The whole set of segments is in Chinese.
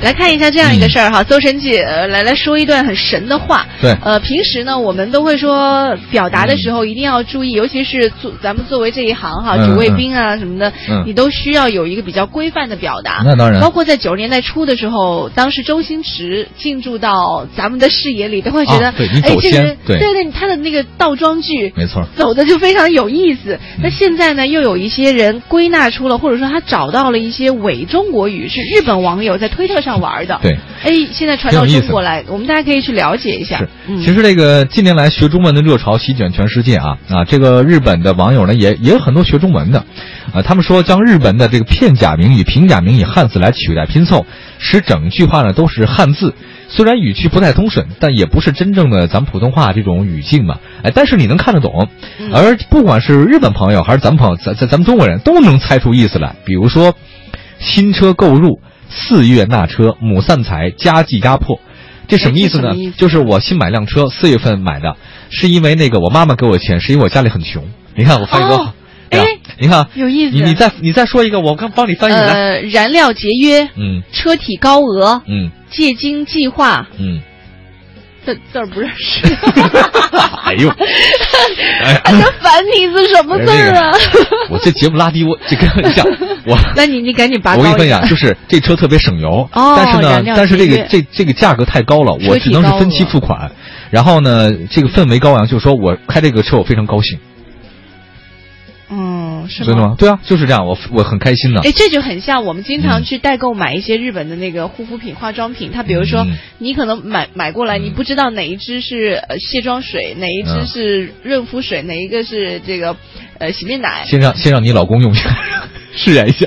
来看一下这样一个事儿哈，邹神姐呃来来说一段很神的话。对呃，平时呢，我们都会说表达的时候一定要注意，尤其是做咱们作为这一行哈，嗯主卫兵啊什么的嗯，你都需要有一个比较规范的表达。那当然包括在九十年代初的时候，当时周星驰进驻到咱们的视野里，都会觉得，啊对你哎走，这先个人对对对，他的那个倒装句，没错儿。嗯走的就非常有意思。那现在呢，又有一些人归纳出了，或者说他找到了一些伪中国语，是日本网友在推特上玩的。对，哎，现在传挺到有意中思国来，我们大家可以去了解一下是。，嗯其实这个近年来学中文的热潮席卷全世界啊啊！这个日本的网友呢，也也有很多学中文的，啊，他们说将日本的这个片假名以平假名以汉字来取代拼凑，使整句话呢都是汉字。虽然语句不太通顺，但也不是真正的咱们普通话这种语境嘛，哎，但是你能看得懂。嗯而不管是日本朋友还是咱们朋友，咱咱咱们中国人都能猜出意思来。比如说，新车购入，四月纳车，母散财，家计压迫。这什么意思哎呢这什么意思？就是我新买辆车，四月份买的，是因为那个我妈妈给我钱，是因为我家里很穷。你看我翻译多哦好，对吧哎你看啊有意思你你再你再说一个，我刚帮你翻译来。呃，燃料节约、嗯车体高额、嗯借精计划，嗯，这字儿不认识。 哎呦，哎呀 啊，这繁体字什么字儿啊？哎 我这节目拉低我这个你讲我。 那你你赶紧拔我高跟你一分点享，。就是这车特别省油，哦但是燃呢料，但是这节个约这这个价格太高了，车我体只能高是了分期付款。然后呢，这个氛围高昂，就是说我开这个车我非常高兴，嗯，是真的吗？吗？对啊，就是这样，我我很开心呢。哎，这就很像我们经常啊嗯去代购买一些日本的那个护肤品、化妆品。它比如说嗯，你可能买买过来，嗯你不知道哪一支是呃卸妆水，哪一支嗯是润肤水，哪一个是这个呃洗面 奶。先让先让你老公用一下， 试验一 下，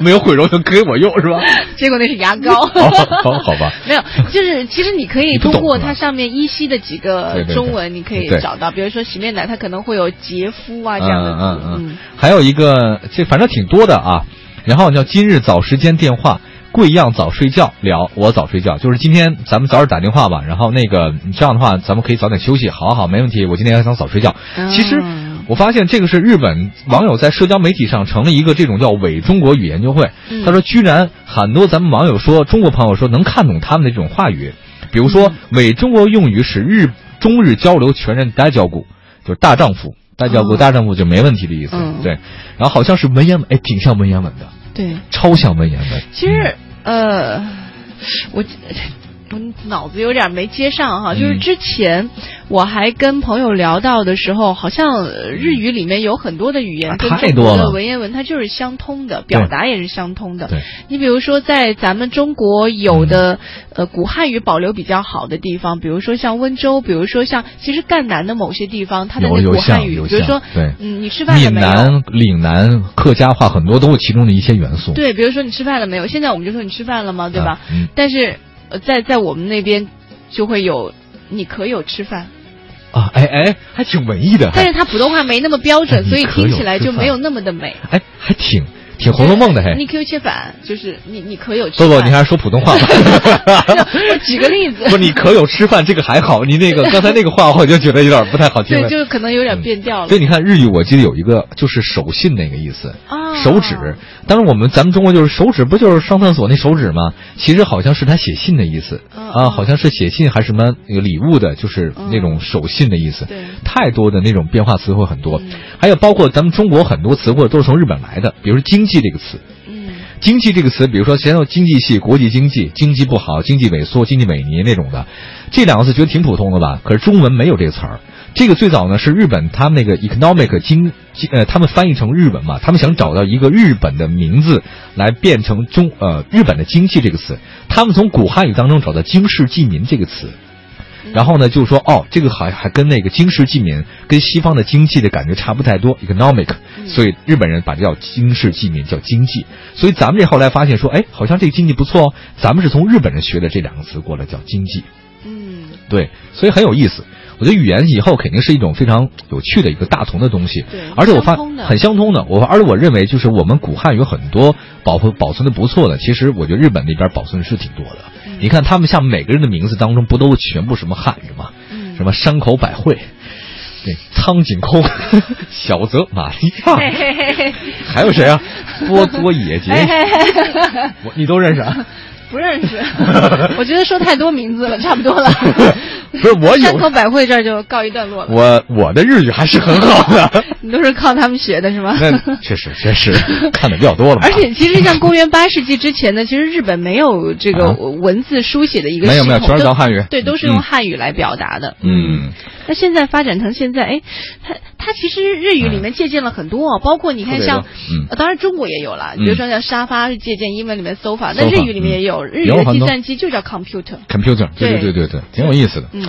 没有毁容就给我用是 吧？结果那是牙膏。哦，好好吧。 没有，就是其实你可以你不通懂过是吧它上面依稀的几个对对对中文，你可以对找到，比如说洗面奶，它可能会有洁肤啊这样的嗯字。嗯嗯，还有一个，这反正挺多的啊。然后叫今日早时间电话，贵样早睡觉了，我早睡觉，就是今天咱们早点打电话吧。然后那个这样的话，咱们可以早点休息，好好没问题。我今天还想早睡觉。嗯其实我发现这个是日本网友在社交媒体上成了一个这种叫伪中国语研究会嗯。他说，居然很多咱们网友说中国朋友说能看懂他们的这种话语，比如嗯说伪中国用语使日中日交流全人大交顾，就是大丈夫。大交顾哦大丈夫就没问题的意思，嗯对。然后好像是文言文，哎，挺像文言文的，对。超像文言文。嗯其实，呃，我我脑子有点没接上哈，就是嗯之前我还跟朋友聊到的时候，好像呃日语里面有很多的语言啊跟太中国多的了文言文它就是相通的，对表达也是相通的。对，嗯你比如说，在咱们中国有的、呃古汉语保留比较好的地方，比如说像温州，比如说像其实赣南的某些地方，它的有那有古汉像语，有比如像说，对嗯，你吃饭了闽没有？南、岭南、客家话很多都是其中的一些元素。对，比如说你吃饭了没有？现在我们就说你吃饭了吗？对吧？啊嗯但是呃在在我们那边就会有。你可有吃饭，啊，哎哎，还挺文艺的，还但是他普通话没那么标准，哎所以你可有听起来吃就饭没有那么的美。哎还挺挺《红楼梦》的嘿。哎你可有吃饭，就是你你可有吃不饭。不，你还是说普通话吧。 我举个例子 不，你可有吃饭这个还好，你 那个刚才那个话我就觉得有点不太好听对，了。就是可能有点嗯变调了。所以你看日语，我记得有一个就是手信那个意思，啊手指。当然我们咱们中国就是手指，不就是上厕所那手指吗？其实好像是他写信的意思嗯啊，嗯好像是写信还是什么有礼物的，就是那种手信的意思。对太多的那种变化词汇很多嗯，还有包括咱们中国很多词汇都是从日本来的，比如说经济这个词，嗯，经济这个词，比如说前头经济系、国际经济、经济不好、经济萎缩、经济萎靡那种的，这两个字觉得挺普通的吧？可是中文没有这个词儿。这个最早呢是日本他们那个 economic 经经呃，他们翻译成日文嘛，他们想找到一个日本的名字来变成中呃日本的经济这个词，他们从古汉语当中找到经世济民这个词。嗯然后呢，就说哦，这个好像还跟那个经世济民，跟西方的经济的感觉差不太多，economic，所嗯以日本人把这叫经世济民，叫经济。所以咱们这后来发现说，哎，好像这个经济不错哦，咱们是从日本人学的这两个词过来叫经济，嗯，对，所以很有意思。我觉得语言以后肯定是一种非常有趣的一个大同的东西对，而且我发相通的很相通的。我而且我认为就是我们古汉语有很多保存保存的不错的，其实我觉得日本那边保存的是挺多的。嗯你看他们像每个人的名字当中不都全部什么汉语吗？嗯什么山口百惠，对，苍井空、 小泽玛利亚，嘿嘿嘿嘿还有谁啊？波多野结哎衣，嘿嘿嘿，我你都认识啊？不认识，我觉得说太多名字了，差不多了。不是我有山口百惠这儿就告一段落了。我我的日语还是很 好的，你都是靠他们学的是吗？那确实确实看的比较多了嘛。 而且，其实像公元八世纪之前呢，其实日本没有这个啊文字书写的一个没有没有系统全是都咱汉语对，都是用嗯汉语来表达的。嗯，那现在发展成现在，哎，它它其实日语里面借鉴了很多，包括你看嗯特别像多嗯，呃当然中国也有了，嗯比如说像沙发是借鉴英文里面 sofa， sofa，嗯那日语里面也有，日语有的很计多算机就叫 computer。 computer，对对对对对对，挺有意思的。嗯。